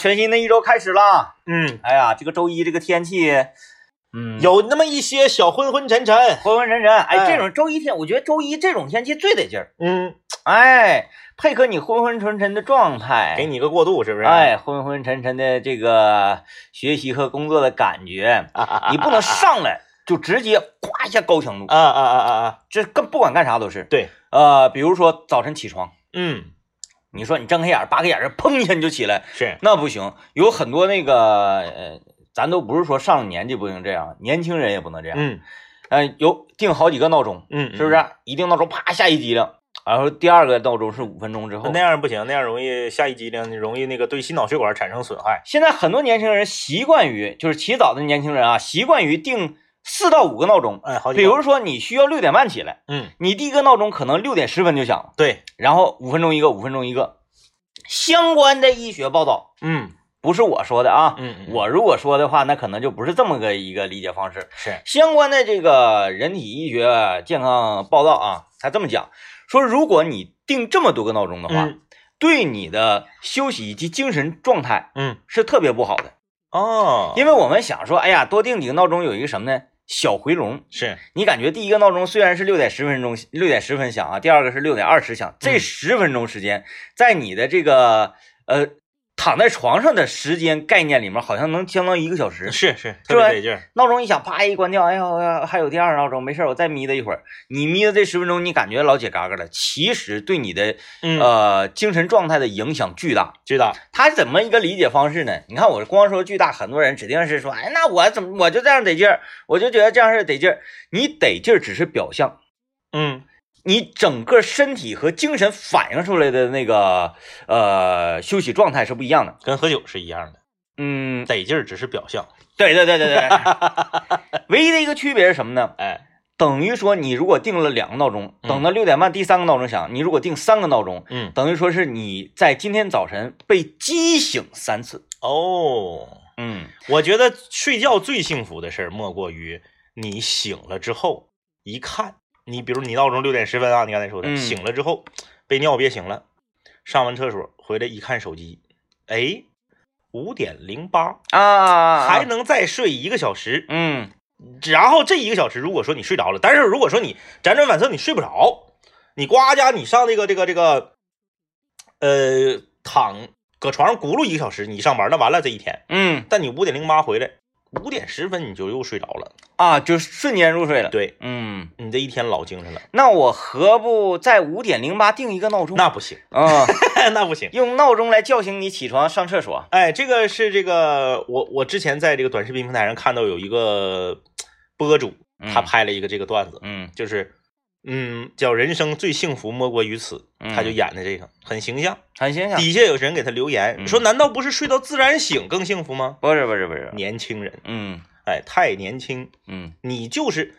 全新的一周开始啦！嗯，哎呀，这个周一这个天气，嗯，有那么一些小昏昏沉沉。昏昏沉沉。哎，哎这种周一天，我觉得周一这种天气最得劲儿。嗯，哎，配合你昏昏沉沉的状态，给你个过渡是不是？，哎昏昏沉沉的这个学习和工作的感 觉，你不能上来就直接夸一下高强度，啊啊啊啊啊！这更不管干啥都是。对，呃，比如说早晨起床，嗯，你说你睁开眼儿扒开眼儿，砰一下你就起来，是，那不行，有很多那个呃，咱都不是说上了年纪不能这样，年轻人也不能这样。嗯嗯、有定好几个闹钟，嗯，是不是、啊一定闹钟啪下一激灵，然后第二个闹钟是五分钟之后那。样不行，那样容易下一激灵，容易那个对心脑血管产生损害。现在很多年轻人习惯于，就是起早的年轻人啊，习惯于定四到五个闹钟。哎，好几比个，如说你需要六点半起来，嗯，你第一个闹钟可能六点十分就响了，对，然后五分钟一个，五分钟一个。相关的医学报道嗯不是我说的啊，嗯嗯我如果说的话，那可能就不是这么个一个理解方式。是，相关的这个人体医学健康报道啊，他这么讲说，如果你定这么多个闹钟的话，嗯对你的休息以及精神状态嗯，是特别不好的。哦，因为我们想说，哎呀，多定几个闹钟有一个什么呢？小回笼，是，你感觉第一个闹钟虽然是六点十分钟，六点十分响啊，第二个是六点二十响，这嗯十分钟时间，在你的这个呃躺在床上的时间概念里面，好像能相当于一个小时。是是，是特吧别得劲儿。闹钟一响，啪一关掉，哎呦，哎呦还有第二闹钟，没事儿我再眯他一会儿。你眯的这十分钟，你感觉老姐嘎嘎了，其实对你的嗯，呃精神状态的影响巨大。知道。他怎么一个理解方式呢？你看我光说巨大，很多人指定是说，哎，那我怎么我就这样得劲儿，我就觉得这样是得劲儿。你得劲儿只是表象，嗯，你整个身体和精神反映出来的那个呃休息状态是不一样的。跟喝酒是一样的，嗯，得劲儿只是表象。对对对对对， 唯一的一个区别是什么呢？哎，等于说你如果定了两个闹钟，嗯等到六点半第三个闹钟响，你如果定三个闹钟，嗯，等于说是你在今天早晨被激醒三次。哦，嗯，我觉得睡觉最幸福的事儿，莫过于你醒了之后一看，你比如你闹钟六点十分啊，你刚才说的，嗯醒了之后被尿憋醒了，上完厕所回来一看手机，哎，五点零八，啊，还能再睡一个小时。嗯，然后这一个小时，如果说你睡着了，但是如果说你辗转反侧，你睡不着，你呱家你上这个这个这个，呃，躺搁床上轱辘一个小时，你上班那完了这一天。嗯但你五点零八回来，五点十分你就又睡着了，啊，就瞬间入睡了。，对嗯，你这一天老精神了，那我何不在五点零八定一个闹钟？那不行， 啊， 那不行。用闹钟来叫醒你起床上厕所。哎，这个是这个，我我之前在这个短视频平台上看到有一个博主，嗯他拍了一个这个段子，嗯就是，嗯，叫人生最幸福莫过于此，嗯他就演的这个很形象。很形象。底下有人给他留言嗯说，难道不是睡到自然醒更幸福吗？不是不是不是，年轻人，嗯哎，太年轻，嗯你就是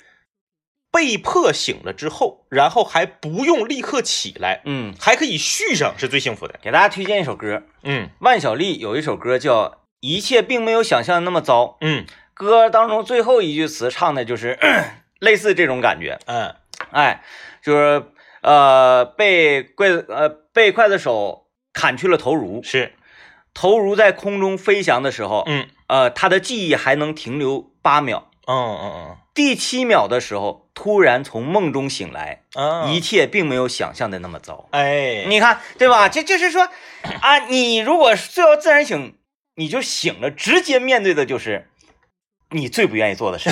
被迫醒了之后，然后还不用立刻起来，嗯，还可以续上，是最幸福的。给大家推荐一首歌，嗯万晓利有一首歌叫《一切并没有想象的那么糟》，嗯歌当中最后一句词唱的就是 咳类似这种感觉。嗯哎，就是呃被刽子呃被刽子手砍去了头颅，是头颅在空中飞翔的时候，嗯呃，他的记忆还能停留八秒。嗯嗯第七秒的时候，突然从梦中醒来，嗯啊一切并没有想象的那么糟。哎你看，对吧？这就是说，啊，你如果最后自然醒，你就醒了，直接面对的就是你最不愿意做的事。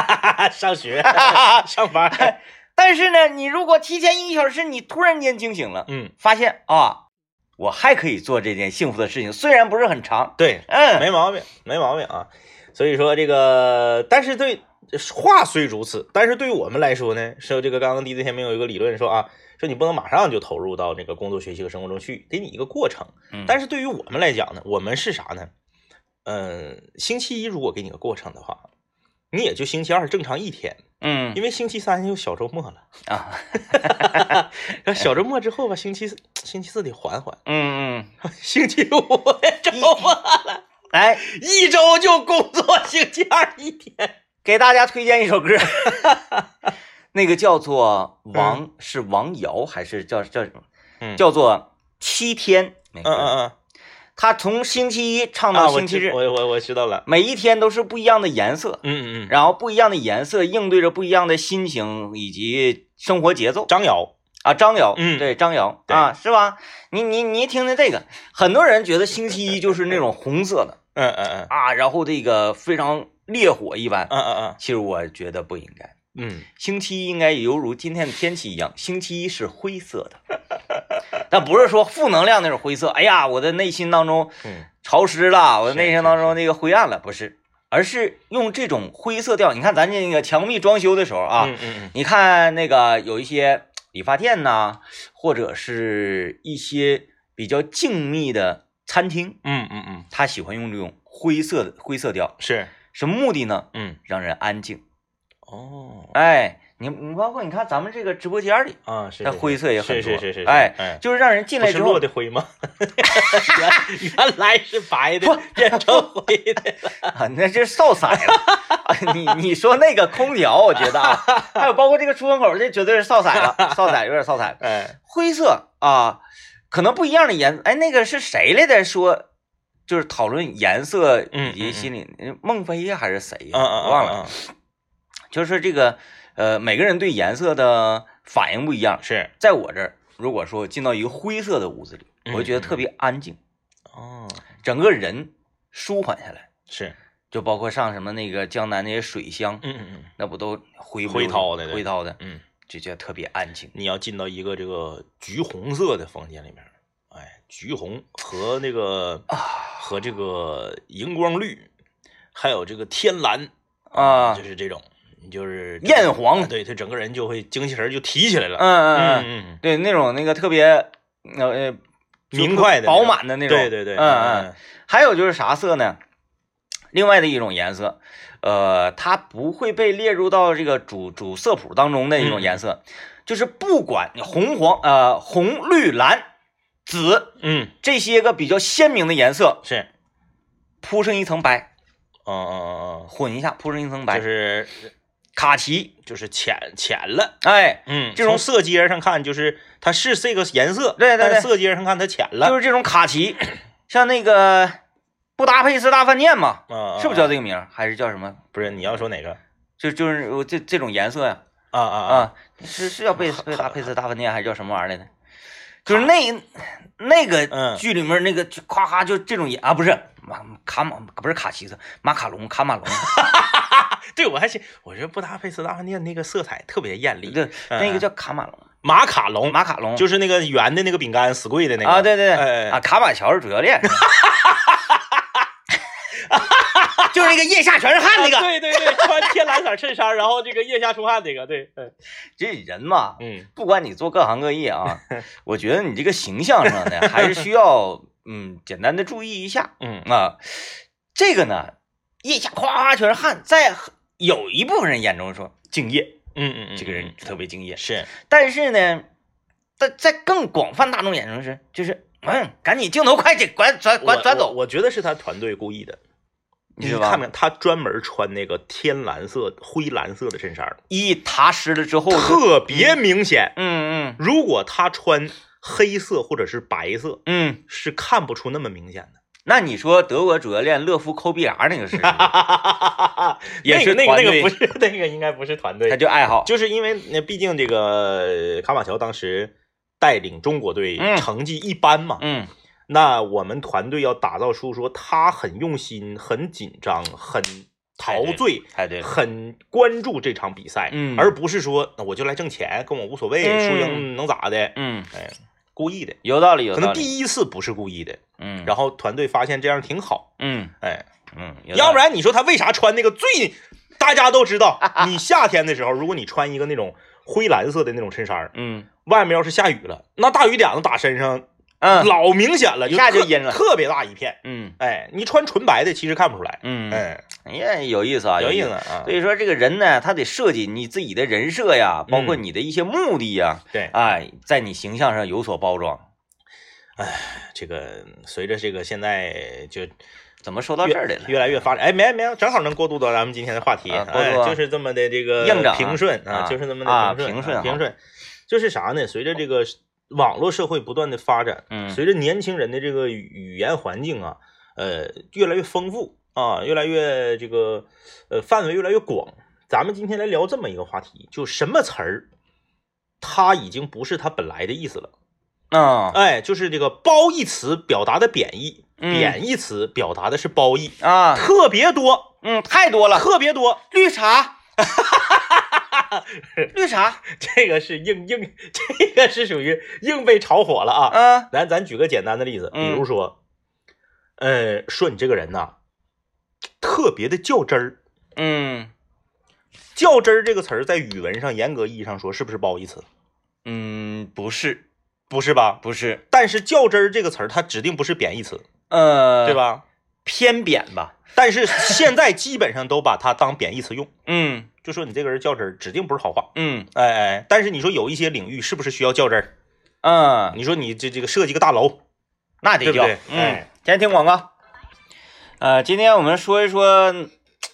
上学上班但是呢，你如果提前一个小时，你突然间惊醒了，嗯发现啊，我还可以做这件幸福的事情，虽然不是很长，对嗯，没毛病没毛病啊，所以说这个但是对话虽如此，但是对于我们来说呢，是这个刚刚第一天没有一个理论说啊。说你不能马上就投入到这个工作、学习和生活中去，给你一个过程。但是是对于我们来讲呢，我们是啥呢？嗯、星期一如果给你个过程的话，你也就星期二正常一天，嗯因为星期三又小周末了。啊，然后小周末之后吧，星期四星期四得缓缓，嗯嗯，星期五周末了，来一周就工作星期二一天。给大家推荐一首歌， 那个叫做王、是王瑶还是叫叫什么？嗯叫做七天那嗯个，嗯他从星期一唱啊，到我星期知日，我我我知道了，每一天都是不一样的颜色，嗯嗯嗯，然后不一样的颜色应对着不一样的心情以及生活节奏张瑶，啊。张瑶，嗯对，张瑶对啊，是吧？你你你听听这个，很多人觉得星期一就是那种红色的嗯嗯嗯啊，然后这个非常烈火一般。嗯嗯其实我觉得不应该，嗯嗯，星期一应该犹如今天的天气一样，星期一是灰色的， 但不是说负能量那种灰色。哎呀，我的内心当中嗯潮湿了，我的是内心当中那个灰暗了，不是，而是用这种灰色调。你看咱这个墙壁装修的时候啊，嗯嗯嗯你看那个有一些理发店呐、或者是一些比较静谧的餐厅，嗯嗯嗯，他喜欢用这种灰色的灰色调，是，什么目的呢？嗯让人安静。哦哎，你你包括你看咱们这个直播间里，啊是，它是灰色也很是多，是是是，是哎，哎，就是让人进不来是之后落，的灰 吗？原原来是白的不，变 成灰的，啊，那这是少色了。啊你你说那个空调，我觉得啊，还有包括这个出风口，这绝对是少色了，少色有点少色。哎，灰色啊，可能不一样的颜色。哎，那个是谁来的说，就是讨论颜色以嗯嗯及嗯心理，嗯孟非呀还是谁呀？嗯嗯，我忘了。嗯，就是说这个呃，每个人对颜色的反应不一样嗯。是，在我这儿，如果说进到一个灰色的屋子里，我会觉得嗯特别安静，哦，整个人舒缓下来。是，就包括上什么那个江南那些水乡，嗯嗯嗯。那不都灰不灰溜涛的对灰涛的，嗯，就觉得特别安静。你要进到一个这个橘红色的房间里面，哎，橘红和那个啊和这个荧光绿，还有这个天蓝啊就是这种，你就是艳黄啊对他整个人就会精气神儿就提起来了，嗯嗯，嗯对，那种那个特别呃呃明快的那饱种满的那嗯，种，对对对，嗯嗯。还有就是啥色呢？另外的一种颜色，呃，它不会被列入到这个主主色谱当中的一种嗯颜色，就是不管你红黄呃红绿蓝紫嗯，这些个比较鲜明的颜色，是，铺上一层白，嗯嗯嗯混一下铺上一层嗯，白，就是卡其，就是浅浅了。哎，嗯，这种从色阶上看，就是它是这个颜色，对对但是对色阶上看它浅了，就是这种卡其， 像那个不搭配是大饭店嘛，嗯，是不是叫这？这个名儿？还是叫什么？不是，你要说哪个？就就是我这这种颜色呀啊啊啊！啊，是是叫贝斯贝搭配是大饭店，还是叫什么玩意儿来着？就是那那个嗯剧里面那个就夸夸就这种颜啊，不是马卡马不是卡其色，马卡龙卡马 龙，对，我还信，我说布达佩斯大饭店那个色彩特别艳丽，对，嗯那个叫卡马龙马卡龙，马卡龙，就是那个圆的那个饼干，死贵的那个啊对对哎对啊，卡马乔是主教 练，就是那个腋下全是汗那个，啊对对对，穿天蓝色衬衫，然后这个腋下出汗那个，对，嗯这人嘛，嗯不管你做各行各业啊， 我觉得你这个形象上呢，还是需要嗯简单的注意一下嗯啊。这个呢，腋下夸夸全是汗，在有一部分人眼中说敬业，嗯嗯，嗯这个人特别敬业。是，但是呢，在在更广泛大众眼中是就是嗯，赶紧镜头快点，赶转我转转我走，我觉得是他团队故意的。你你知道看吧？没？他专门穿那个天蓝色、灰蓝色的衬衫，一踏实了之后就，特别明显。嗯嗯如果他穿黑色或者是白色，嗯，是看不出那么明显 的。那你说德国主教练勒夫抠鼻梁那个是什么？也是那个那团个队不是 那个应该不是团队他，就爱好，就是因为那毕竟这个卡马乔当时带领中国队嗯成绩一般嘛，嗯那我们团队要打造出说他很用心、很紧张、很陶醉。太对了。 很关注这场比赛，嗯而不是说那我就来挣钱，跟我无所谓，嗯输赢能咋的？嗯，故意的，有道理，有可道能理。第一次不是故意的，嗯，然后团队发现这样挺好，嗯哎，嗯，有要道不理然你说他为啥穿那个最？大家都 知道，你夏天的时候，如果你穿一个那种灰蓝色的那种衬衫儿，嗯外面要是下雨了，那大雨点子打身上嗯老明显了，一下就特阴了特别大一片。嗯哎，你穿纯白的其实看不出来，嗯，哎，哎呀，有意思啊，有意意思。啊。所以说，这个人呢，他得设计你自己的人设呀，包括嗯你的一些目的呀，对，哎，在你形象上有所包装。这个随着这个现在就怎么说到这儿来了？越来越发展，哎，没没，正好能过渡到咱们今天的话题，啊哎过渡啊就是这么的这个硬整啊平顺啊就是这么啊的平平顺、顺啊平顺，就是啥呢？随着这个网络社会不断的发展，嗯随着年轻人的这个语语言环境啊，呃，越来越丰富啊，越来越这个呃范围越来越广。咱们今天来聊这么一个话题，就什么词儿，它已经不是它本来的意思了。啊哎，就是这个褒义词表达的贬义，嗯贬义词表达的是褒义，啊，特别多，嗯，太多了，特别多。绿 茶，绿茶，这个是硬硬， 这个是属于硬被炒火了啊。嗯咱咱举个简单的例子，比嗯如说，呃，说你这个人呐、特别的较真儿。嗯较真儿这个词儿在语文上严格意义上说是不是褒义词？嗯，不是，不是吧？不是，但是较真儿这个词儿它指定不是贬义词，呃，对？吧？偏扁吧，但是现在基本上都把它当贬义词用，嗯就说你这个人较真儿，指定不是好话。嗯哎哎，但是你说有一些领域是不是需要较真儿？嗯，你说你这这个设计个大楼，那得对不要对，嗯哎，先听广告。呃，今天我们说一说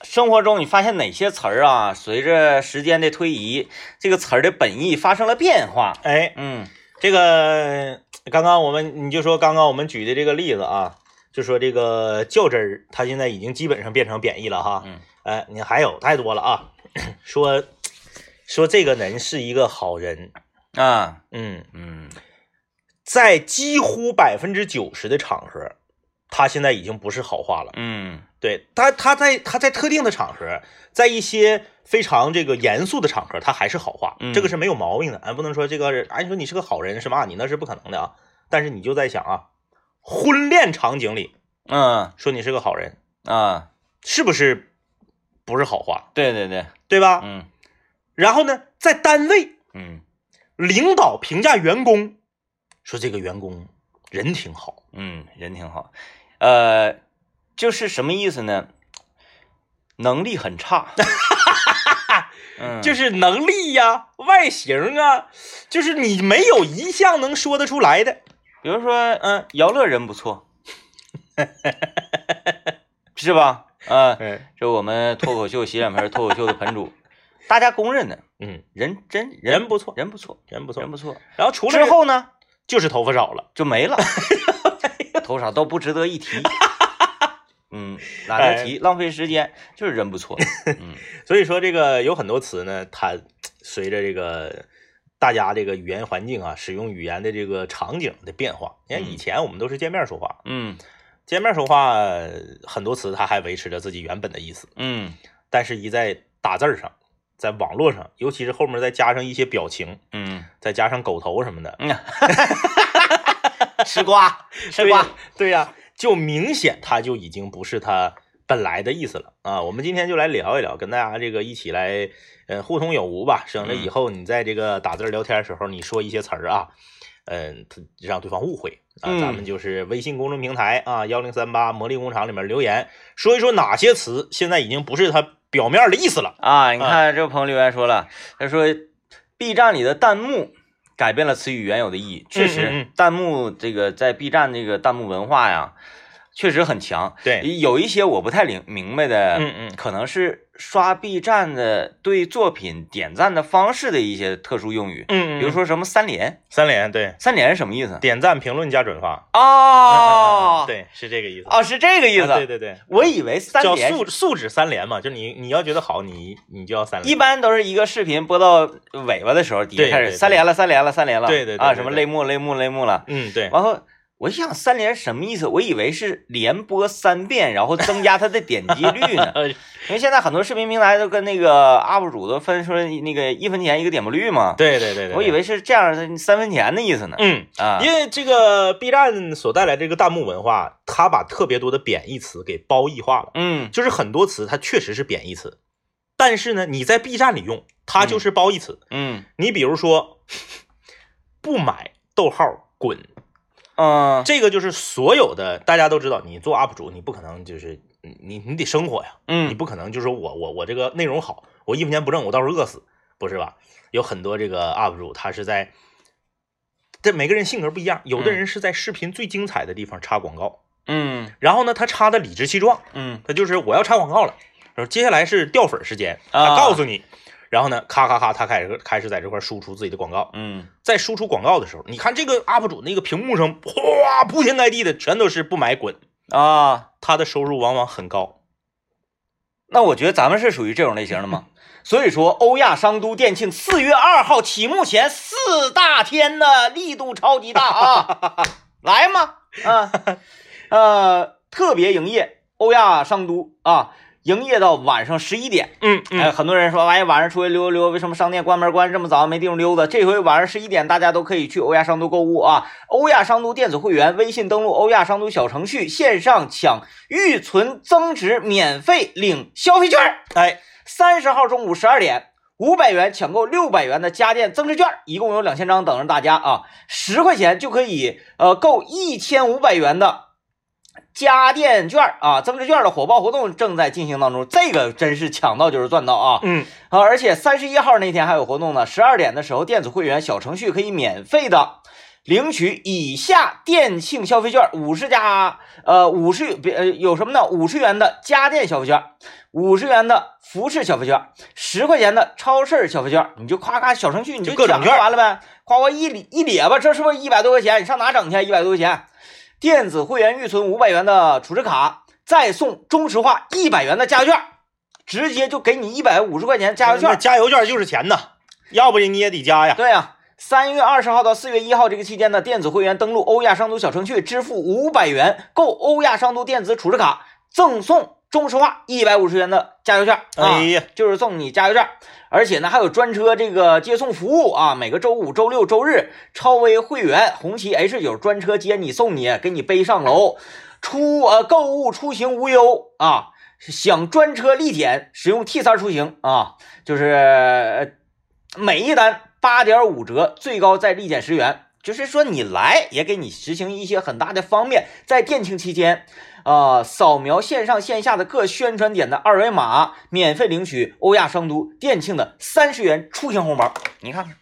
生活中你发现哪些词儿啊，随着时间的推移，这个词儿的本意发生了变化。哎，嗯这个刚刚我们你就说刚刚我们举的这个例子啊，就说这个较真儿，它现在已经基本上变成贬义了哈。嗯，哎，你还有太多了啊， 说说这个人是一个好人，啊，嗯，嗯在几乎百分之九十的场合，他现在已经不是好话了。嗯对他，他在他在特定的场合，在一些非常这个严肃的场合，他还是好话，嗯这个是没有毛病的。俺不能说这个人，俺说你是个好人是嘛，你那是不可能的啊。但是你就在想啊，婚恋场景里嗯说你是个好人，啊，是不是不是好话，对对对，对吧？嗯然后呢，在单位，嗯领导评价员工，说这个员工人挺好，嗯，人挺好。呃，就是什么意思呢？能力很 差，嗯，就是是能力呀、外形啊，就是你没有一项能说得出来的。比如说，嗯、姚乐人不错，是吧？啊、嗯这我们脱口秀洗脸盆儿脱口秀的盆主，大家公认的，嗯，人真人人不错，人不错，人不错人。不错。然后除了之这后呢，就是头发少了，就没了，头啥都不值得一提。 嗯，懒哎得提，浪费时间，就是人不错。嗯所以说这个有很多词呢，它随着这个大家这个语言环境啊，使用语言的这个场景的变化。你看以前我们都是见面说话，嗯见面说话呃很多词它还维持着自己原本的意思，嗯但是一在打字儿上，在网络上，尤其是后面再加上一些表情，嗯再加上狗头什么的，嗯，吃瓜吃对瓜呀，对呀、就明显它就已经不是它本来的意思了啊。我们今天就来聊一聊，跟大家这个一起来，呃，互通有无吧，省嗯得以后你在这个打字儿聊天的时候，你说一些词儿啊，嗯、它让对方误会啊。嗯咱们就是微信公众平台啊，幺零三八魔力工厂里面留言，说一说哪些词现在已经不是它表面的意思了。啊！你看这位朋友留言说了，他说 B 站里的弹幕改变了词语原有的意义，确实，嗯嗯弹幕这个在 B 站这个弹幕文化呀，确实很强。对，有一些我不太明明白的，嗯嗯可能是刷 B 站的对作品点赞的方式的一些特殊用语，嗯比如说什么三连，三连，对，三连是什么意思？点赞、评论加转发。哦，嗯嗯嗯，嗯对，是这个意思。哦，是这个意啊思。对对对，我以为三叫连素素质三连嘛，就你你要觉得好，你你就要三一连。般都是一个视频播到尾巴的时候，底下嗯对开对始对三连了，三连了，三连了，对对对啊，对什么对类目类目类目了，嗯，对，完后。我一想三连什么意思？我以为是连播三遍，然后增加它的点击率呢。 呃，因为现在很多视频平台都跟那个 UP 主都分出来那个一分钱一个点播率嘛。对对对对，我以对，为是这样的三分钱的意思呢。嗯，啊，因为这个 B 站所带来这个弹幕文化，它把特别多的贬义词给褒义化了，嗯就是很多词它确实是贬义词，但是呢，你在 B 站里用它就是褒义词。嗯你比如说，不买逗号滚，嗯这个就是所有的大家都知道，你做 UP 主，你不可能就是你你你得生活呀，你嗯不可能就说我我我这个内容好，我一分钱不挣，我到时候饿死，不是吧？有很多这个 UP 主他是在，这每个人性格不一样，有的人是在视频最精彩的地方插广告，嗯然后呢，他插的理直气壮，嗯他就是我要插广告了，然后接下来是掉粉儿时间，他啊告诉你，然后呢，咔咔咔，他开始开始在这块输出自己的广告。嗯在输出广告的时候，你看这个 UP 主那个屏幕上，哗，铺天盖地的全都是不买滚，啊，他的收入往往很高。那我觉得咱们是属于这种类型的嘛。所以说，欧亚商都店庆四月二号起幕前四大天呢，力度超级大啊！来嘛，啊，呃，特别营业，欧亚商都啊，营业到晚上十一点。嗯哎，，很多人说，哎，晚上出去溜达溜达，为什么商店关门关这么早，没地方溜达？这回晚上十一点，大家都可以去欧亚商都购物啊！欧亚商都电子会员，微信登录欧亚商都小程序，线上抢预存增值，免费领消费券。哎，三十号中午十二点，五百元抢购六百元的家电增值券，一共有两千张等着大家啊！十块钱就可以呃购一千五百元的。家电券啊，增值券的火爆活动正在进行当中，这个真是抢到就是赚到啊！嗯，啊，而且三十一号那天还有活动呢，十二点的时候，电子会员小程序可以免费的领取以下店庆消费券：五十加呃五十别呃有什么呢？五十元的家电消费券，五十元的服饰消费券，十块钱的超市消费券，你就咔咔小程序你就各种抢券完了呗，夸夸一里一列吧，这是不是一百多块钱？你上哪整去？一百多块钱，电子会员预存五百元的储值卡，再送中石化一百元的加油券。直接就给你一百五十块钱加油那券，加油券就是钱呐，要不你也得加呀。对呀、三月二十号到四月一号这个期间呢，电子会员登录欧亚商都小程序，支付五百元购欧亚商都电子储值卡，赠送中石化一百五十元的加油券。啊哎呀，就是送你加油站，而且呢还有专车这个接送服务啊，每个周五、周六、周日，超威会员红旗 H 九专车接你送你，给你背上楼，出呃购物出行无忧啊，享专车立减，使用 T 三出行啊，就是呃每一单八点五折，最高再立减十元。就是说你来也给你实行一些很大的方便，在店庆期间，啊、扫描线上线下的各宣传点的二维码，免费领取欧亚商都店庆的三十元出行红包。你看看，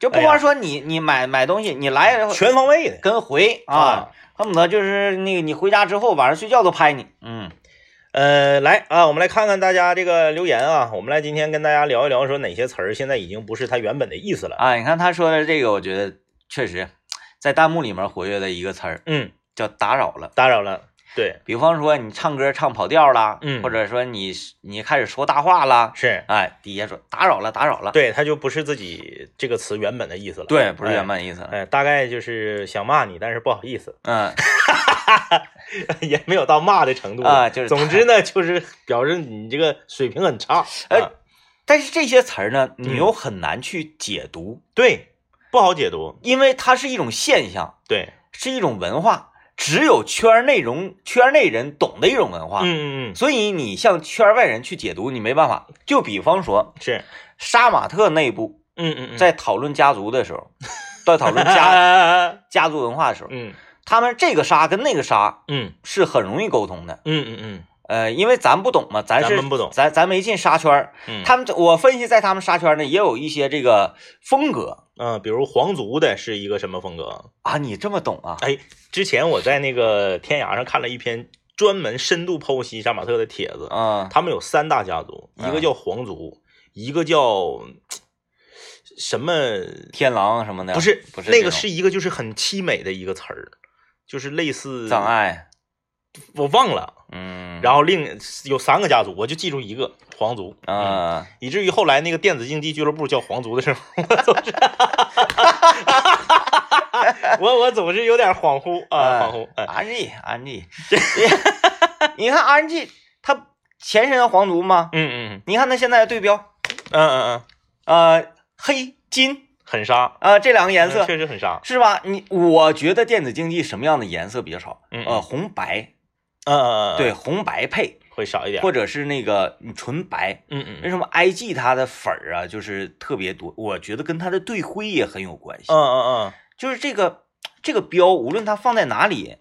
就不哎呀光说你、你买买东西，你来全方位的跟回啊，，恨不得就是那个你回家之后晚上睡觉都拍你。嗯呃，来啊，我们来看看大家这个留言啊，我们来今天跟大家聊一聊，说哪些词儿现在已经不是它原本的意思了。啊，你看他说的这个，我觉得确实在弹幕里面活跃的一个词儿嗯，叫打扰了。打扰了，对，比方说你唱歌唱跑调啦，嗯或者说你你开始说大话啦，是哎，底下说打扰了，打扰了，对，它就不是自己这个词原本的意思了。对，不是哎原本意思，哎，大概就是想骂你，但是不好意思， 嗯，也没有到骂的程度啊就是总之呢，就是表示你这个水平很差。哎啊但是这些词儿呢，你嗯又很难去解读，对，不好解读，因为它是一种现象，对，是一种文化，只有圈儿内容圈儿内人懂的一种文化，嗯嗯嗯，所以你向圈儿外人去解读，你没办法。就比方说是，杀马特内部嗯嗯嗯，在讨论家族的时候，在讨论 家 家，家族文化的时候，嗯他们这个杀跟那个杀嗯是很容易沟通的。嗯嗯嗯呃，因为咱不懂嘛，咱是咱们不懂咱咱没进沙圈儿。嗯，他们我分析，在他们沙圈儿呢，也有一些这个风格嗯，比如皇族的是一个什么风格？啊。你这么懂啊？哎，之前我在那个天涯上看了一篇专门深度剖析杀马特的帖子，嗯他们有三大家族，一嗯个叫皇族，一个叫什么？天狼什么的，不是不是那这个种是一个就是很凄美的一个词儿，就是类似障，碍，我忘了。嗯，然后另有三个家族，我就记住一个皇族后嗯啊，以至于后来那个电子竞技俱乐部叫皇族的时候，我我总是有点恍惚啊，哎恍惚。哎，安利安利，你看安利他前身皇族吗？嗯嗯你看他现在的对标，嗯嗯嗯，呃，黑金很杀，啊、呃这两个颜色嗯确实很杀。是吧？你我觉得电子竞技什么样的颜色比较少？嗯嗯呃，红白，嗯嗯嗯，对，，红白配，会少一点。或者是那个嗯纯白。嗯嗯为嗯什么 IG 它的粉儿啊，就是特别多？我觉得跟它的队徽也很有关系。嗯嗯，就是这个这个标，无论它放在哪里，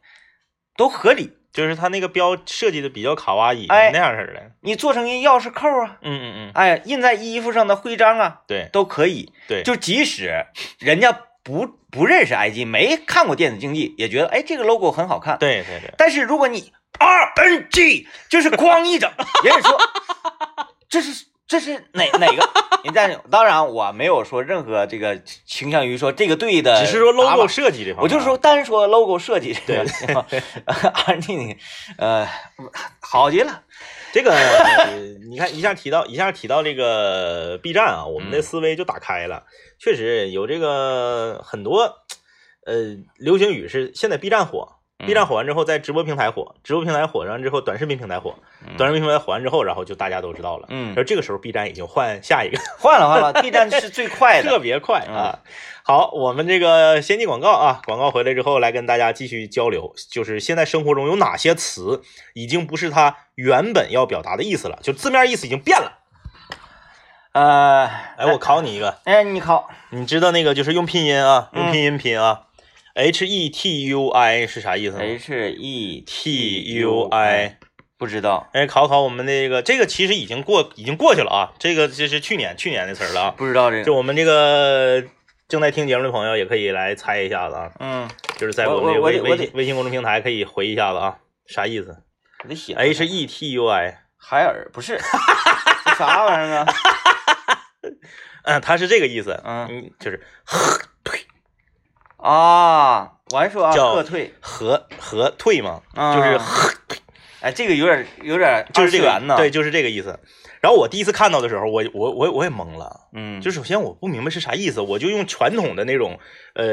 都合理。就是他那个标设计的比较卡哇伊哎那样式儿的。你做成一钥匙扣啊，嗯嗯嗯，哎，印在衣服上的徽章啊，对都可以。对，就即使人家不不认识 IG，没看过电子竞技，也觉得哎这个 logo 很好看。对对对，但是 如果你 RNG 就是光一整，人家说这是。这是哪哪个？你在当然我没有说任何这个倾向于说这个队呃的打法，只是说 logo 设计这方面啊，我就说单说 logo 设计这个 对地方，安迪， 呃，好极了，这个，呃你看一下提到一下提到这个 B 站啊，我嗯们的思维就打开了。确实有这个很多，呃，流行语是现在 B 站火嗯，B 站火完之后，在直播平台火，直播平台火完之后，短视频平台火，短视频平台火完之后，然后就大家都知道了。嗯然后这个时候 B 站已经换下一个，换了换 了，B 站是最快特的，嗯别快啊。好，我们这个先进广告啊，广告回来之后来跟大家继续交流，就是现在生活中有哪些词已经不是它原本要表达的意思了，就字面意思已经变了。呃，哎，我考你一个，哎，你考，你知道那个就是用拼音啊，嗯用拼音拼啊、h E T U I 是啥意思呢 H E ？T U 嗯 I，不知道，哎，考考我们那个，这个其实已经过，已经过去了啊，这个这是去年去年的词儿了啊。不知道这就个。我们这个正在听节目的朋友也可以来猜一下子啊，嗯，就是在我们这我我个微得我微得信微信公众平台可以回一下子啊，啥意思我得写？H E T U I，海尔不 是，这啥玩意儿啊？哎嗯，它是这个意思，嗯，就是啊，我还说啊，叫撤退，和和退嘛，啊就是哎，这个有点有点就是二次这个元呢。对，，就是这个意思。然后我第一次看到的时候，我我我我也懵了，嗯，就首先我不明白是啥意思，我就用传统的那种呃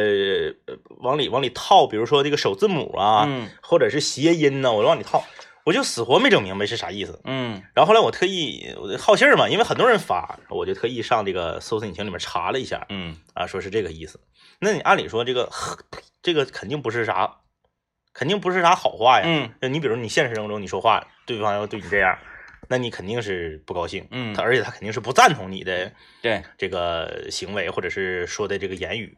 呃往里往里套，比如说这个首字母啊，嗯或者是谐音呐，我就往里套，我就死活没整明白是啥意思。嗯然后后来我特意我就好信儿嘛，因为很多人发，我就特意上这个搜索引擎里面查了一下嗯，啊，说是这个意思。那你按理说这个 这个肯定不是啥，肯定不是啥好话呀。嗯就你比如你现实生活中你说话，对方要对你这样，那你肯定是不高兴，嗯他而且他肯定是不赞同你的对，这个行为或者是说的这个言语。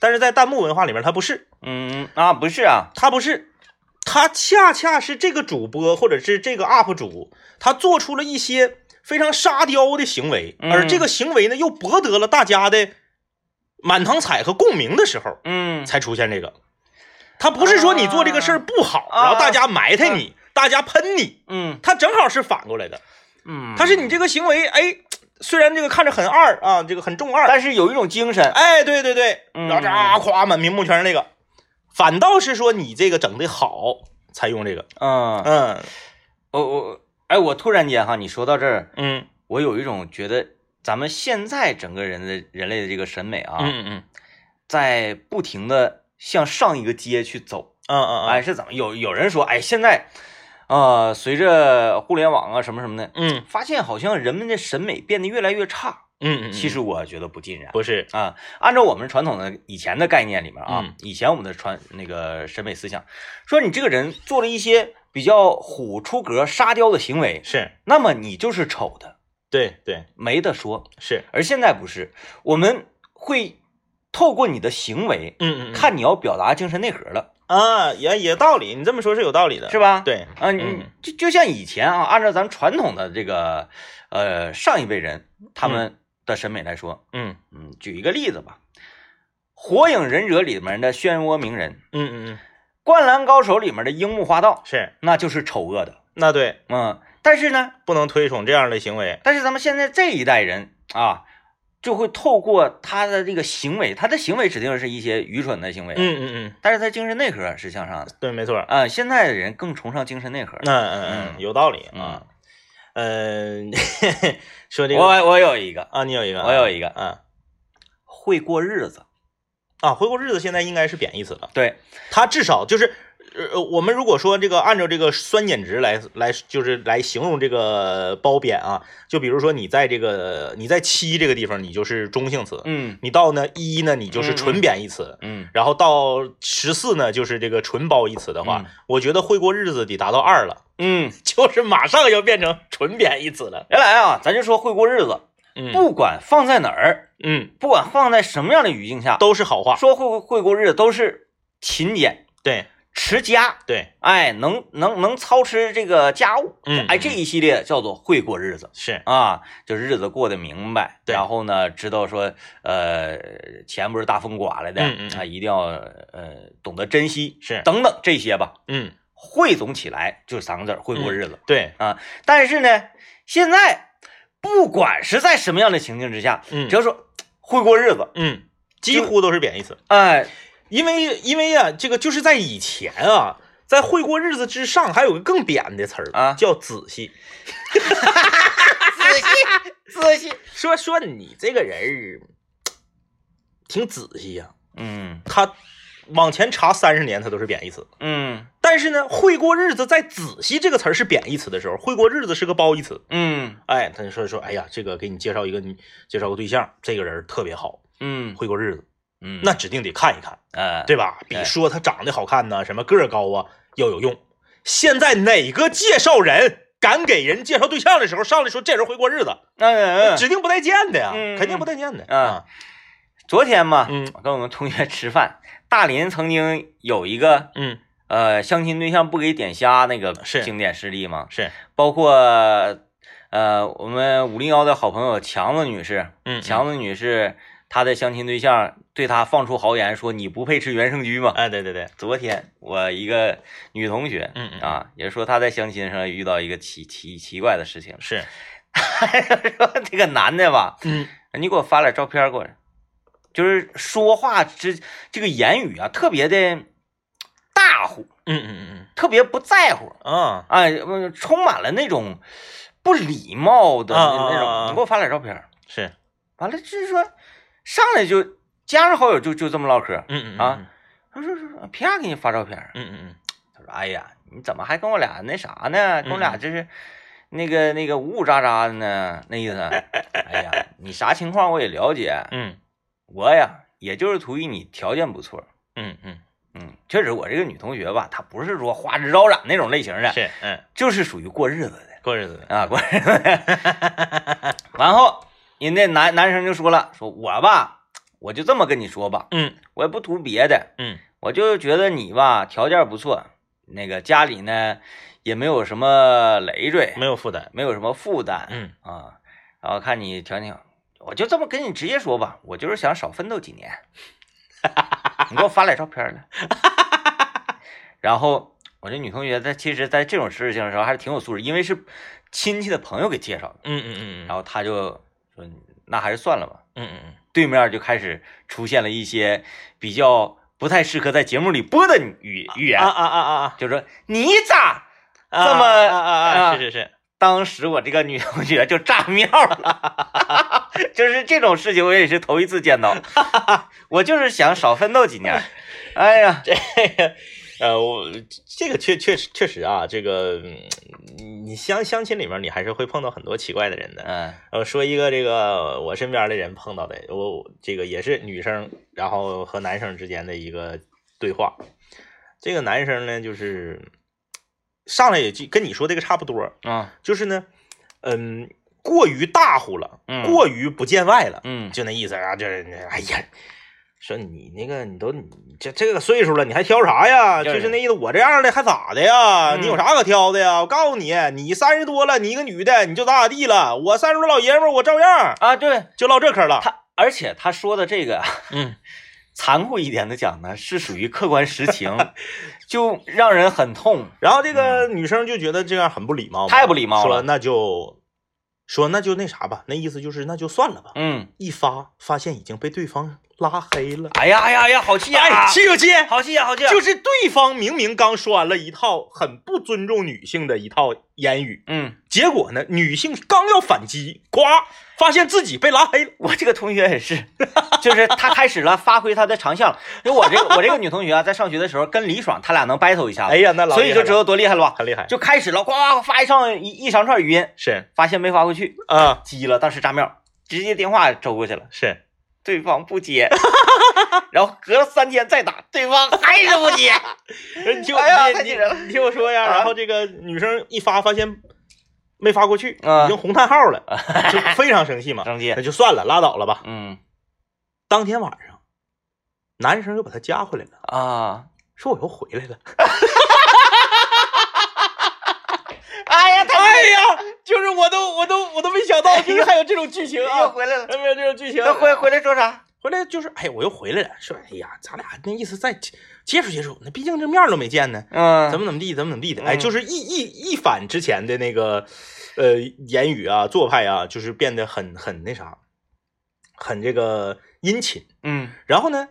但是在弹幕文化里面，他不是，嗯啊，不是啊，他不是，他恰恰是这个主播或者是这个 UP 主，他做出了一些非常沙雕的行为，嗯而这个行为呢，又博得了大家的满堂彩和共鸣的时候，嗯才出现这个。他不是说你做这个事儿不好，啊然后大家埋汰你，大家喷你，嗯他正好是反过来的。嗯，他是你这个行为，哎，虽然这个看着很二啊，这个很中二，但是有一种精神，哎，对对对，嗯然后这啊夸满屏幕全是那个，反倒是说你这个整的好才用这个，嗯，嗯我我哎，我突然间哈，你说到这儿，嗯我有一种觉得咱们现在整个人的人类的这个审美啊，嗯嗯在不停的向上一个阶去走。嗯嗯哎，是怎么？有有人说，哎，现在，呃，随着互联网啊什么什么的，嗯发现好像人们的审美变得越来越差。嗯嗯，其实我觉得不尽然。不是，啊，按照我们传统的以前的概念里面啊，嗯以前我们的传那个审美思想，说你这个人做了一些比较虎出格、沙雕的行为，是那么你就是丑的，对对没得说。是，而现在不是，我们会透过你的行为，嗯嗯看你要表达精神内核了，啊也也道理，你这么说是有道理的，是？吧？。对，啊，你嗯就就像以前啊，按照咱传统的这个，呃，上一辈人他们的审美来说，嗯嗯，举一个例子吧，《火影忍者》里面的漩涡鸣人，嗯嗯嗯《灌篮高手》里面的樱木花道，是，那就是丑恶的，那对，嗯，但是呢，不能推崇这样的行为，但是咱们现在这一代人啊，就会透过他的这个行为，他的行为指定是一些愚蠢的行为，嗯嗯嗯，但是他精神内核是向上的，对，没错，啊、现在的人更崇尚精神内核。嗯嗯嗯，有道理嗯啊，嗯， 说这我个我有一个，啊，你有一个，我有一个嗯。会过日子，啊，回国日子现在应该是贬义词了。对，它至少就是，呃，我们如果说这个按照这个酸碱值来来，就是来形容这个褒贬啊，就比如说你在这个你在七这个地方，你就是中性词；嗯你到呢一呢，你就是嗯纯贬义词；嗯然后到十四呢，就是这个纯褒义词的话，嗯我觉得会过日子得达到二了， 嗯，就是马上要变成纯贬义词了。原来啊，咱就说会过日子，嗯不管放在哪儿，嗯，不管放在什么样的语境下，都是好话。说会会过日子都是勤俭对持家，对，哎，能能能操持这个家务，嗯，哎，这一系列叫做会过日子是啊，就日子过得明白，对然后呢，知道说，呃，钱不是大风刮来的嗯嗯嗯啊，一定要呃懂得珍惜，是，等等这些吧，嗯，汇总起来就是三个字儿会过日子。对，但是呢，现在不管是在什么样的情境之下，嗯只要说会过日子，嗯，几乎都是贬义词， 哎，因为因为呀、这个就是在以前啊，在会过日子之上，还有个更贬的词儿啊叫仔细。仔细仔细，说说你这个人儿挺仔细呀、嗯他往前查三十年，他都是贬义词。嗯但是呢，会过日子在“仔细”这个词儿是贬义词的时候，会过日子是个褒义词。嗯哎，他就说说，哎呀，这个给你介绍一个，你介绍个对象，这个人儿特别好，嗯会过日子，嗯，那指定得看一看，哎，对吧？比哎说他长得好看呐、什么个儿高啊，要有用。现在哪个介绍人敢给人介绍对象的时候上来说这人会过日子，那呃指定不带见的呀，嗯肯定不带见的嗯啊昨天嘛，嗯我跟我们同学吃饭，大林曾经有一个嗯，呃相亲对象不给点虾那个是经典事例嘛，是，包括呃我们五零幺的好朋友强子女士，嗯，强子女士她的相亲对象对她放出豪言说你不配吃原生居嘛。哎，对对对，昨天我一个女同学，嗯嗯啊，也是说她在相亲上遇到一个奇奇奇怪的事情， 是，说这个男的吧，嗯你给我发点照片过来，就是说话之这个言语啊，特别的大乎，嗯嗯嗯特别不在乎，嗯，啊，哎，呃充满了那种不礼貌的啊啊啊那啊种。你给我发点照片，是，完了就是说上来就加上好友就就这么唠嗑，嗯嗯啊，他说说啪给你发照片，嗯嗯他说哎呀，你怎么还跟我俩那啥呢？跟我俩嗯这是。那个那个呜呜喳喳的呢，那意思，哎呀，你啥情况我也了解，嗯我呀，也就是图于你条件不错，嗯嗯嗯，确实我这个女同学吧，她不是说花枝招展那种类型嗯，的，是，嗯，就是属于过日子的过日子的，啊，过日子的 然后人家男男生就说了，说我吧，我就这么跟你说吧，嗯我也不图别的，嗯我就觉得你吧条件不错，那个家里呢也没有什么累赘，没有负担，没有什么负担，嗯啊，然后看你条件好，我就这么跟你直接说吧，我就是想少奋斗几年，你给我发来照片来。 然后我这女同学在其实，在这种事情的时候还是挺有素质，因为是亲戚的朋友给介绍的，嗯嗯嗯，然后她就说那还是算了吧。嗯嗯对面就开始出现了一些比较不太适合在节目里播的语语嗯，言，啊啊啊啊就说你咋？啊，这么啊啊啊，啊是是是，当时我这个女同学就炸庙了， 就是这种事情我也是头一次见到， 我就是想少奋斗几年。哎呀，呃，我这个确确实确实啊，这个嗯你相相亲里面，你还是会碰到很多奇怪的人的，嗯呃，说一个这个我身边的人碰到的，我这个也是女生，然后和男生之间的一个对话。这个男生呢，就是上来也就跟你说这个差不多，啊就是呢，嗯，过于大乎了，嗯过于不见外了，嗯就那意思啊，就是哎呀，说你那个你都你这这个岁数了，你还挑啥呀？就是就是那意思，我这样的还咋的呀？嗯你有啥可挑的呀？我告诉你，你三十多了，你一个女的，你就咋咋地了？我三十多老爷们儿，我照样啊，对就唠这嗑了。他，而且他说的这个嗯残酷一点的讲呢，是属于客观实情，就让人很痛。然后这个女生就觉得这样很不礼貌嘛，嗯太不礼貌了说那就说那就那啥吧，那意思就是那就算了吧。嗯，一发发现已经被对方拉黑了，哎呀哎呀哎呀，好气呀、哎，气不气？好气呀、啊好气、呀！就是啊对方明明刚说完了一套很不尊重女性的一套言语，嗯，结果呢，女性刚要反击，呱，发现自己被拉黑了。我这个同学也是，就是他开始了发挥他的长项了。因为我这个我这个女同学啊，在上学的时候跟李爽他俩能 battle 一下子哎，呀，那老所以厉你害就知了哎道多厉害了吧？很厉害，就开始了，呱呱呱发一上一一长串语音，是发现没发过去，啊，急了，当时炸庙，直接电话周过去了，是对方不接， 然后隔了三天再打，对方还是不 接，你听我，哎呀你太气人了你你听我说呀，啊然后这个女生一发发现没发过去，啊已经红叹号 了，就非常生气嘛，生气那，就算了，拉倒了吧。嗯当天晚上，男生又把她加回来了，啊，说我又回来了。哎呀，他哎呀，就是我都我都我都没想到，就是还有这种剧情又啊！回来 了，没有这种剧情啊他回回来说啥？回来就是，哎，我又回来了，说，哎呀，咱俩那意思再接接触接触，那毕竟这面儿都没见呢，嗯，怎么怎么地，怎么怎么地的，哎，嗯就是一一一反之前的那个呃言语啊、做派啊，就是变得很很那啥，很这个殷勤。嗯然后呢，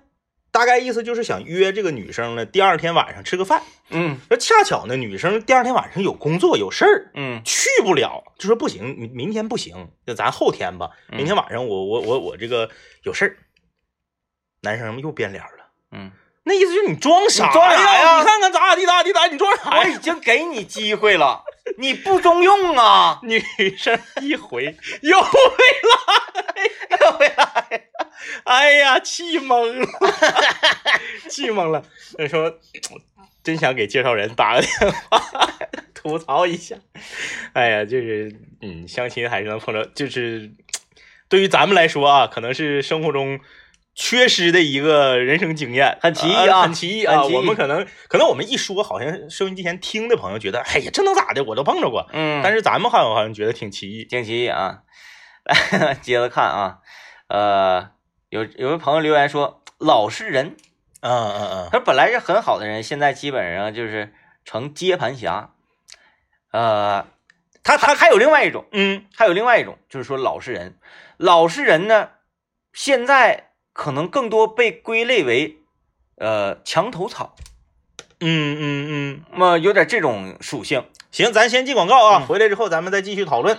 大概意思就是想约这个女生呢，第二天晚上吃个饭。嗯那恰巧呢，女生第二天晚上有工作有事儿，嗯去不了，就说不行，明明天不行，那咱后天吧。嗯明天晚上我我我我这个有事儿。男生又变脸了，嗯，那意思就是你装啥你装啥呀哎你看看咋咋地咋地咋，你装啥我呀？已经给你机会了，你不中用啊！女生一回 又回来，哎呀，气懵了， 气懵了。你说，真想给介绍人打个电话， 吐槽一下。哎呀，就是嗯，相亲还是能碰着，就是对于咱们来说啊，可能是生活中。缺失的一个人生经验，很奇异啊很奇异啊！很奇异我们可能可能我们一说，好像收音机前听的朋友觉得，哎呀，这能咋的？我都碰着过。嗯，但是咱们好像好像觉得挺奇异。惊奇啊！ 来，接着看啊，呃，有有位朋友留言说，老实人，嗯嗯他说本来是很好的人，现在基本上就是成接盘侠。呃，他他还有另外一种，嗯还有另外一种就是说老实人，老实人呢，现在可能更多被归类为呃墙头草，嗯嗯嗯那么有点这种属性。嗯，行，咱先进广告啊，嗯回来之后咱们再继续讨论。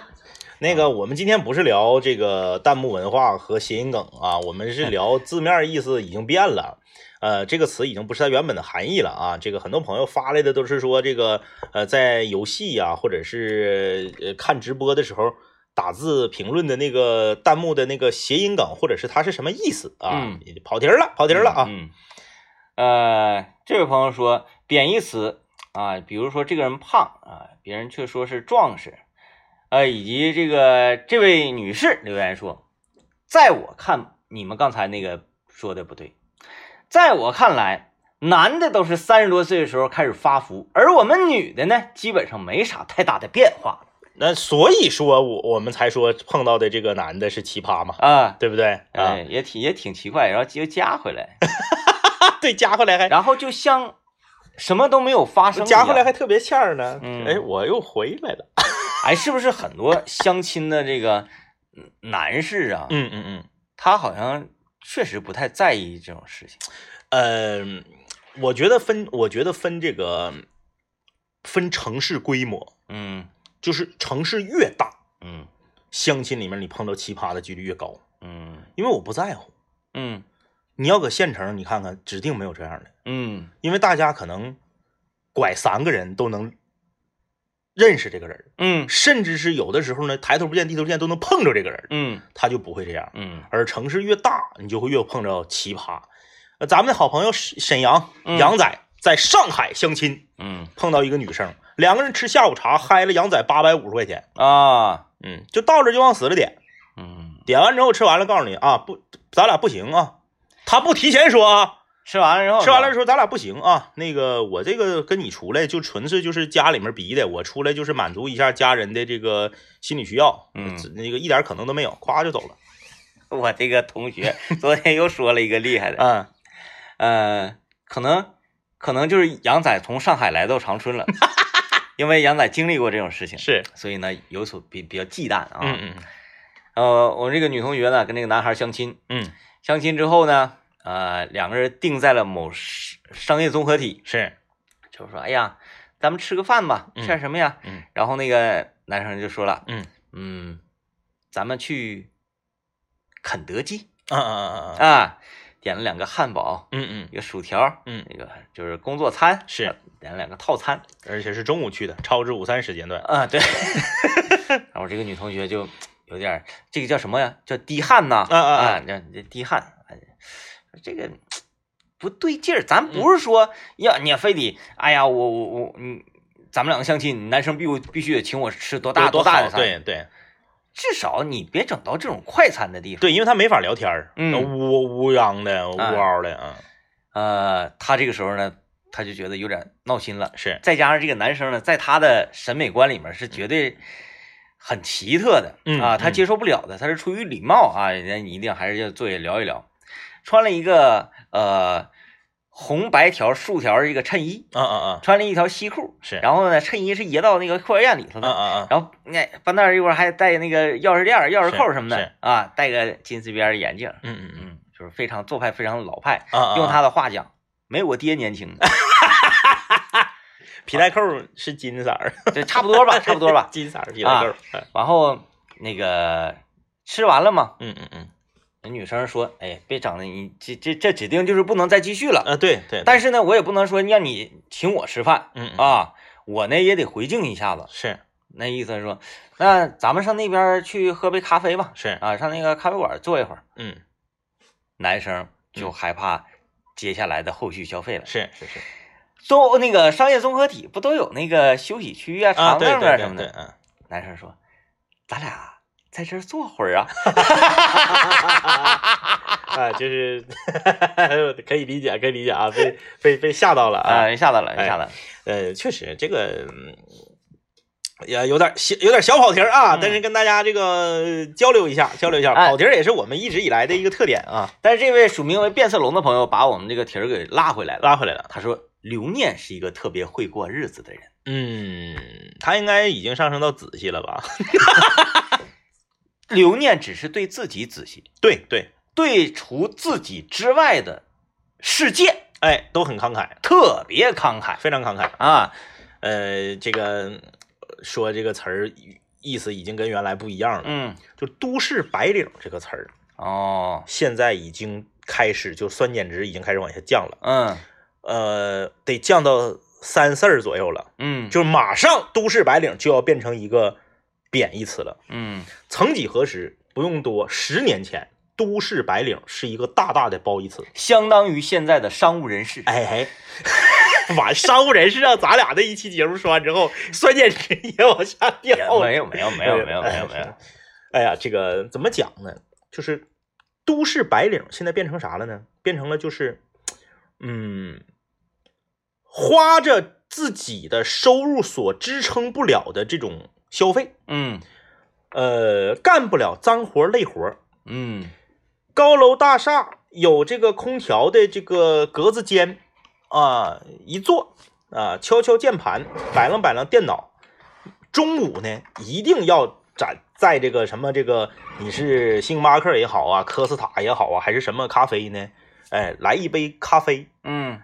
那个，我们今天不是聊这个弹幕文化和谐音梗啊，我们嗯是聊字面意思已经变了，呃，这个词已经不是它原本的含义了啊。这个很多朋友发来的都是说这个呃，在游戏呀、或者是呃看直播的时候打字评论的那个弹幕的那个谐音梗，或者是它是什么意思啊嗯？跑题儿了，跑题儿了啊！嗯，呃，这位朋友说贬义词啊，比如说这个人胖啊，别人却说是壮实，呃，以及这个这位女士留言说，在我看你们刚才那个说的不对，在我看来，男的都是三十多岁的时候开始发福，而我们女的呢，基本上没啥太大的变化那所以说我我们才说碰到的这个男的是奇葩嘛，啊。对不对啊哎？，也挺也挺奇怪，然后又加回来， 对，加回来还然后就像什么都没有发生一样，加回来还特别欠儿呢。嗯哎，我又回来了。哎，是不是很多相亲的这个嗯男士啊，嗯嗯嗯，他好像确实不太在意这种事情。呃，我觉得分，我觉得分这个分城市规模，嗯就是城市越大，嗯相亲里面你碰到奇葩的几率越高，嗯因为我不在乎。嗯你要搁县城，你看看，指定没有这样的，嗯因为大家可能拐三个人都能认识这个人儿。嗯甚至是有的时候呢，抬头不见低头见都能碰着这个人，嗯他就不会这样。嗯而城市越大，你就会越碰着奇葩。呃咱们的好朋友沈沈阳嗯杨仔在上海相亲，嗯碰到一个女生，两个人吃下午茶，嗨了杨仔八百五十块钱，啊嗯，就到这就往死了点，嗯，点完之后吃完了，告诉你啊，不，咱俩不行啊，他不提前说啊，吃完了之后，吃完了之之后咱俩不行啊，那个我这个跟你出来就纯粹就是家里面逼的，我出来就是满足一下家人的这个心理需要，嗯这那个一点可能都没有，夸就走了。后，我这个同 学昨天又说了一个厉害的，嗯，呃，可能可能就是杨仔从上海来到长 春了，因为杨仔经历过这种事情，是，所以呢有所比比较忌惮啊。嗯嗯呃，我这个女同学呢跟那个男孩相亲，嗯，相亲之后呢，呃，两个人定在了某商商业综合体，是，就是说，哎呀，咱们吃个饭吧，嗯吃点什么呀？嗯然后那个男生就说了，嗯嗯，咱们去肯德基啊啊啊，啊，点了两个汉堡，嗯嗯，一个薯条，嗯那个就是工作餐是啊点了两个套餐而且是中午去的，超至午餐时间段。啊，对。 然后我这个女同学就有点儿这个叫什么呀？叫低汗呐，啊啊啊啊，这这低汗，哎这个不对劲儿。咱不是嗯说要你非得，哎呀，我我我，你咱们两个相亲，你男生必须必须得请我吃多大多大好的餐，，对对至少你别整到这种快餐的地方。对，因为他没法聊天儿，嗯乌乌泱的，乌嗷的，啊，呃，他这个时候呢，他就觉得有点闹心了。是，再加上这个男生呢，在他的审美观里面是绝对很奇特的，嗯啊，他嗯接受不了的，他是出于礼貌啊，人家一定还是要坐下聊一聊。穿了一个呃红白条竖条这个衬衣，啊啊啊，穿了一条西裤，是然后呢，衬衣是掖到那个幼儿园里头啊的，啊啊，然后那半道儿一会儿还带那个钥匙链儿、钥匙扣什么是是的啊，戴个金丝边儿眼镜，嗯嗯嗯，嗯，就是非常做派，非常老派。啊啊，用他的话讲，没我爹年轻，皮带扣是金色儿，对，差不多 吧，差不多吧。金色儿皮带扣，哎然后那个吃完了嘛，嗯嗯嗯，那女生说，哎呀，别整了，你这这这指定就是不能再继续了。啊对对，但是呢，我也不能说让你请我吃饭嗯啊啊，我呢也得回敬一下子。是那意思是说，那咱们上那边儿去喝杯咖啡吧，是，啊，上那个咖啡馆儿坐一会儿。嗯男生就害怕接下来的后续消费了。是是是综、那个商业综合体不都有那个休息区啊、啊长对凳对啊什么对对，的？嗯，男生说：“咱俩在这儿坐会儿啊。啊就是 可以理解可以理解啊，被被被吓到了”啊，啊，吓到了，哎吓到了。呃，确实这个嗯也有点小有点小跑题儿啊，嗯但是跟大家这个交流一下，交流一下，哎跑题儿也是我们一直以来的一个特点啊，但是这位署名为变色龙的朋友把我们这个题儿给拉回来了。拉回来了。他说：“刘念是一个特别会过日子的人。嗯，他应该已经上升到子系了吧？ 刘念只是对自己仔细，对对，对除自己之外的世界哎，都很慷慨，特别慷慨非常慷慨。啊。呃，这个说这个词儿意思已经跟原来不一样了，嗯，就都市白领这个词儿，哦，现在已经开始就酸碱值已经开始往下降了，嗯呃，得降到三四儿左右了。嗯，就马上都市白领就要变成一个贬义词了。嗯曾几何时，不用多，十年前，都市白领是一个大大的褒义词。相当于现在的商务人士。哎哎， 完，商务人士让咱俩这一期节目说完之后，酸碱值也往下掉了。没有没有没有没有没有没有，哎呀，这个怎么讲呢？就是都市白领现在变成啥了呢？变成了就是，嗯，花着自己的收入所支撑不了的这种消费。嗯呃，干不了脏活累活。嗯高楼大厦有这个空调的这个格子间啊，一坐啊，敲敲键盘，摆弄摆弄电脑。中午呢，一定要在在这个什么这个，你是星巴克也好啊，科斯塔也好啊，还是什么咖啡呢？哎，来一杯咖啡，嗯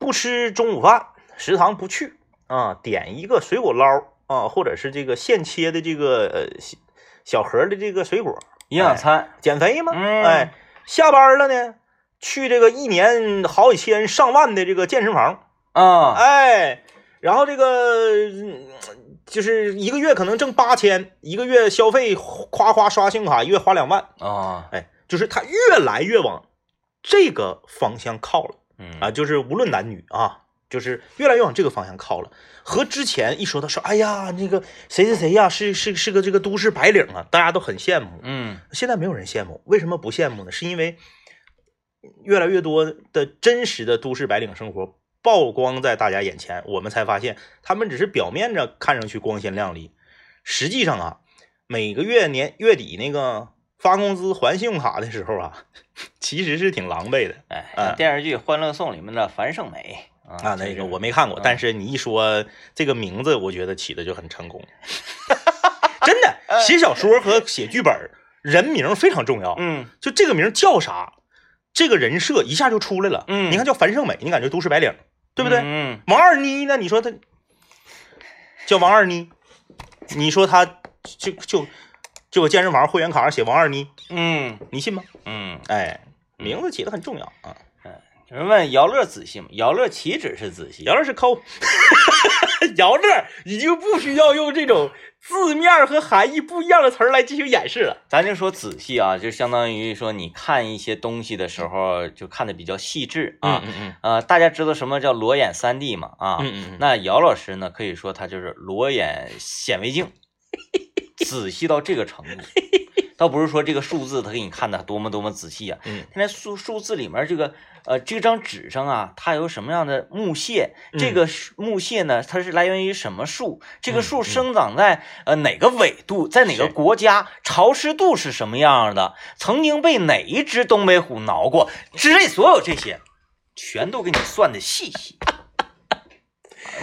不吃中午饭，食堂不去啊，点一个水果捞啊，或者是这个现切的这个呃小小盒的这个水果，营养餐，减肥吗？嗯哎，下班了呢，去这个一年好几千上万的这个健身房，啊，哎，然后这个嗯就是一个月可能挣八千，一个月消费夸夸刷信用卡，一月花两万，啊，哎，就是他越来越往这个方向靠了。嗯啊，就是无论男女啊，就是越来越往这个方向靠了。和之前一说到说，哎呀，那个谁谁谁呀，是是是个这个都市白领啊，大家都很羡慕。嗯现在没有人羡慕，为什么不羡慕呢？是因为越来越多的真实的都市白领生活曝光在大家眼前，我们才发现他们只是表面着看上去光鲜亮丽，实际上啊，每个月年月底那个发工资还信用卡的时候啊， 其实是挺狼狈的。哎，像电视剧《欢乐颂》里面的樊胜美啊，那个我没看过，但是你一说这个名字，我觉得起的就很成 功。真的，写小说和写剧本，人名非常重要。嗯就这个名叫啥，这个人设一下就出来了。嗯你看叫樊胜美，你感觉都市白领，对不对？嗯王二妮呢？你说她叫王二妮，你说她就就就我健身房会员卡上写王二妮，嗯你信吗？嗯，哎，名字起的很重要啊。有人问姚乐仔细吗？姚乐岂止是仔细，姚乐是抠， 姚乐已经不需要用这种字面和含义不一样的词儿来进行演示了。咱就说仔细啊，就相当于说你看一些东西的时候，就看的比较细致啊。嗯嗯呃，大家知道什么叫裸眼三 D 嘛？啊，嗯嗯那姚老师呢，可以说他就是裸眼显微镜，仔细到这个程度，倒不是说这个数字他给你看的多么多么仔细啊。嗯现在数数字里面这个呃这张纸上啊，它有什么样的木屑？这嗯个树木屑呢，它是来源于什么树？这嗯个树嗯生长在呃哪个纬度，在哪个是国家，潮湿度是什么样的？曾经被哪一只东北虎挠过？之类所有这些，全都给你算的细 细。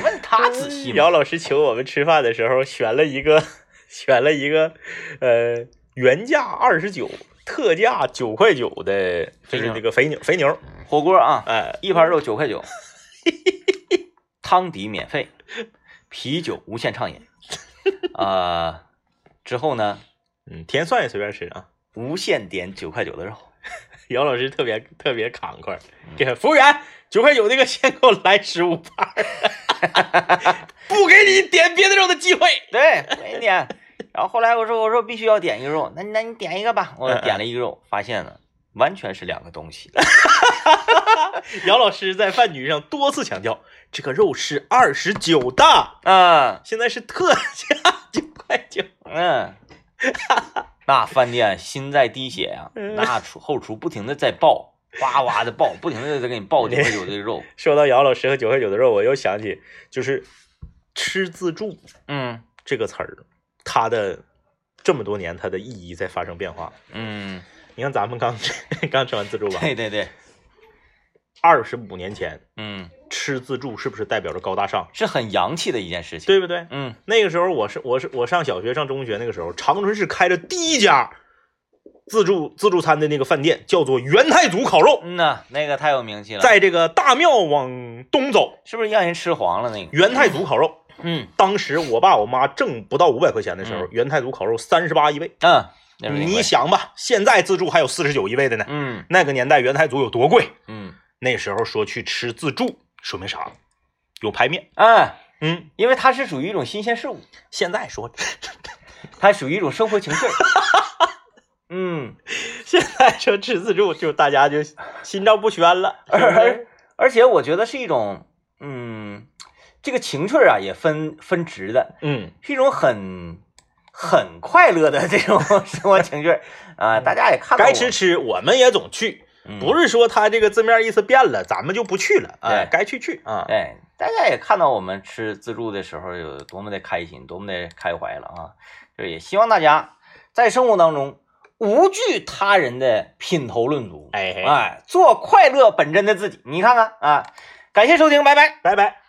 问他仔细吗？姚老师请我们吃饭的时候，选了一个，选了一个，呃，原价二十九，特价九块九的，就是那个肥牛，肥牛，火锅啊，哎，一盘肉九块九，汤底免费，啤酒无限畅饮。啊、之后呢，嗯，甜蒜也随便吃啊。无限点九块九的肉。姚老师特别特别慷慨，给服务员九块九那个先给我来十五盘儿， 不给你点别的肉的机会。对，我也点。然后后来我说我说必须要点一个肉，那那你点一个吧。我点了一个肉，发现了完全是两个东西。姚老师在饭局上多次强调，这个肉是二十九的，啊，现在是特价九块九。嗯，那饭店心在滴血呀、嗯那厨后厨不停的在爆，哇哇的爆，不停的在给你爆九块九的肉。说到姚老师和九块九的肉，我又想起就是吃自助嗯这个词儿，它的这么多年它的意义在发生变化。嗯，你看咱们刚 吃刚吃完自助 吧，对对对，二十五年前嗯，吃自助是不是代表着高大上？是很洋气的一件事情。对不对？嗯，那个时候我是我是我上小学上中学那个时候，长春市开了第一家自助自助餐的那个饭店，叫做元太祖烤肉，嗯呐，那个太有名气了，在这个大庙往东走，是不是让人吃黄了那个？元太祖烤肉。嗯当时我爸我妈挣不到五百块钱的时候嗯，元太祖烤肉三十八一位。嗯，那是另外你想吧，现在自助还有四十九一位的呢。嗯那个年代元太祖有多贵？嗯那时候说去吃自助，说明啥？有排面。啊，嗯，因为它是属于一种新鲜事物，现在说它属于一种生活情趣儿。嗯， 现在说吃自助，就大家就心照不 宣了。而是不是而而且我觉得是一种，嗯，这个情趣儿啊也分分值的，嗯，是一种很很快乐的这种 生活情趣儿啊、大家也看到该我吃，吃，我们也总去，嗯不是说他这个字面意思变了，咱们就不去了。哎对，该去去啊。哎，大家也看到我们吃自助的时候有多么的开心，多么的开怀了啊！就是也希望大家在生活当中无惧他人的品头论足，哎嘿哎，做快乐本真的自己。你看看啊！感谢收听，拜拜。拜拜。